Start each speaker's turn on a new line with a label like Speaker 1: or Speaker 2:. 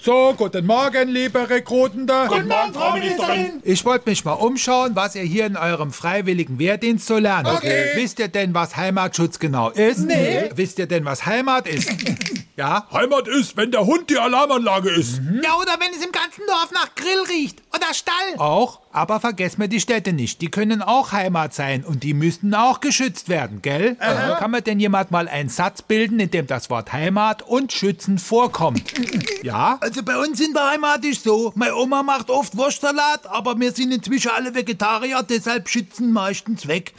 Speaker 1: So, guten Morgen, liebe Rekrutende.
Speaker 2: Guten Morgen, Frau Ministerin.
Speaker 1: Ich wollte mich mal umschauen, was ihr hier in eurem freiwilligen Wehrdienst so lernt.
Speaker 2: Okay.
Speaker 1: Wisst ihr denn, was Heimatschutz genau ist?
Speaker 2: Nee.
Speaker 1: Wisst ihr denn, was Heimat ist? ja?
Speaker 3: Heimat ist, wenn der Hund die Alarmanlage ist.
Speaker 1: Mhm.
Speaker 4: Ja, oder wenn es im ganzen Dorf nach Grill riecht oder Stall.
Speaker 1: Auch, aber vergesst mir die Städte nicht. Die können auch Heimat sein und die müssten auch geschützt werden, gell? Also Kann mir denn jemand mal einen Satz bilden, in dem das Wort Heimat und Schützen vorkommt? ja?
Speaker 4: Also bei uns in der Heimat ist so, meine Oma macht oft Wurstsalat, aber wir sind inzwischen alle Vegetarier, deshalb schützen meistens weg.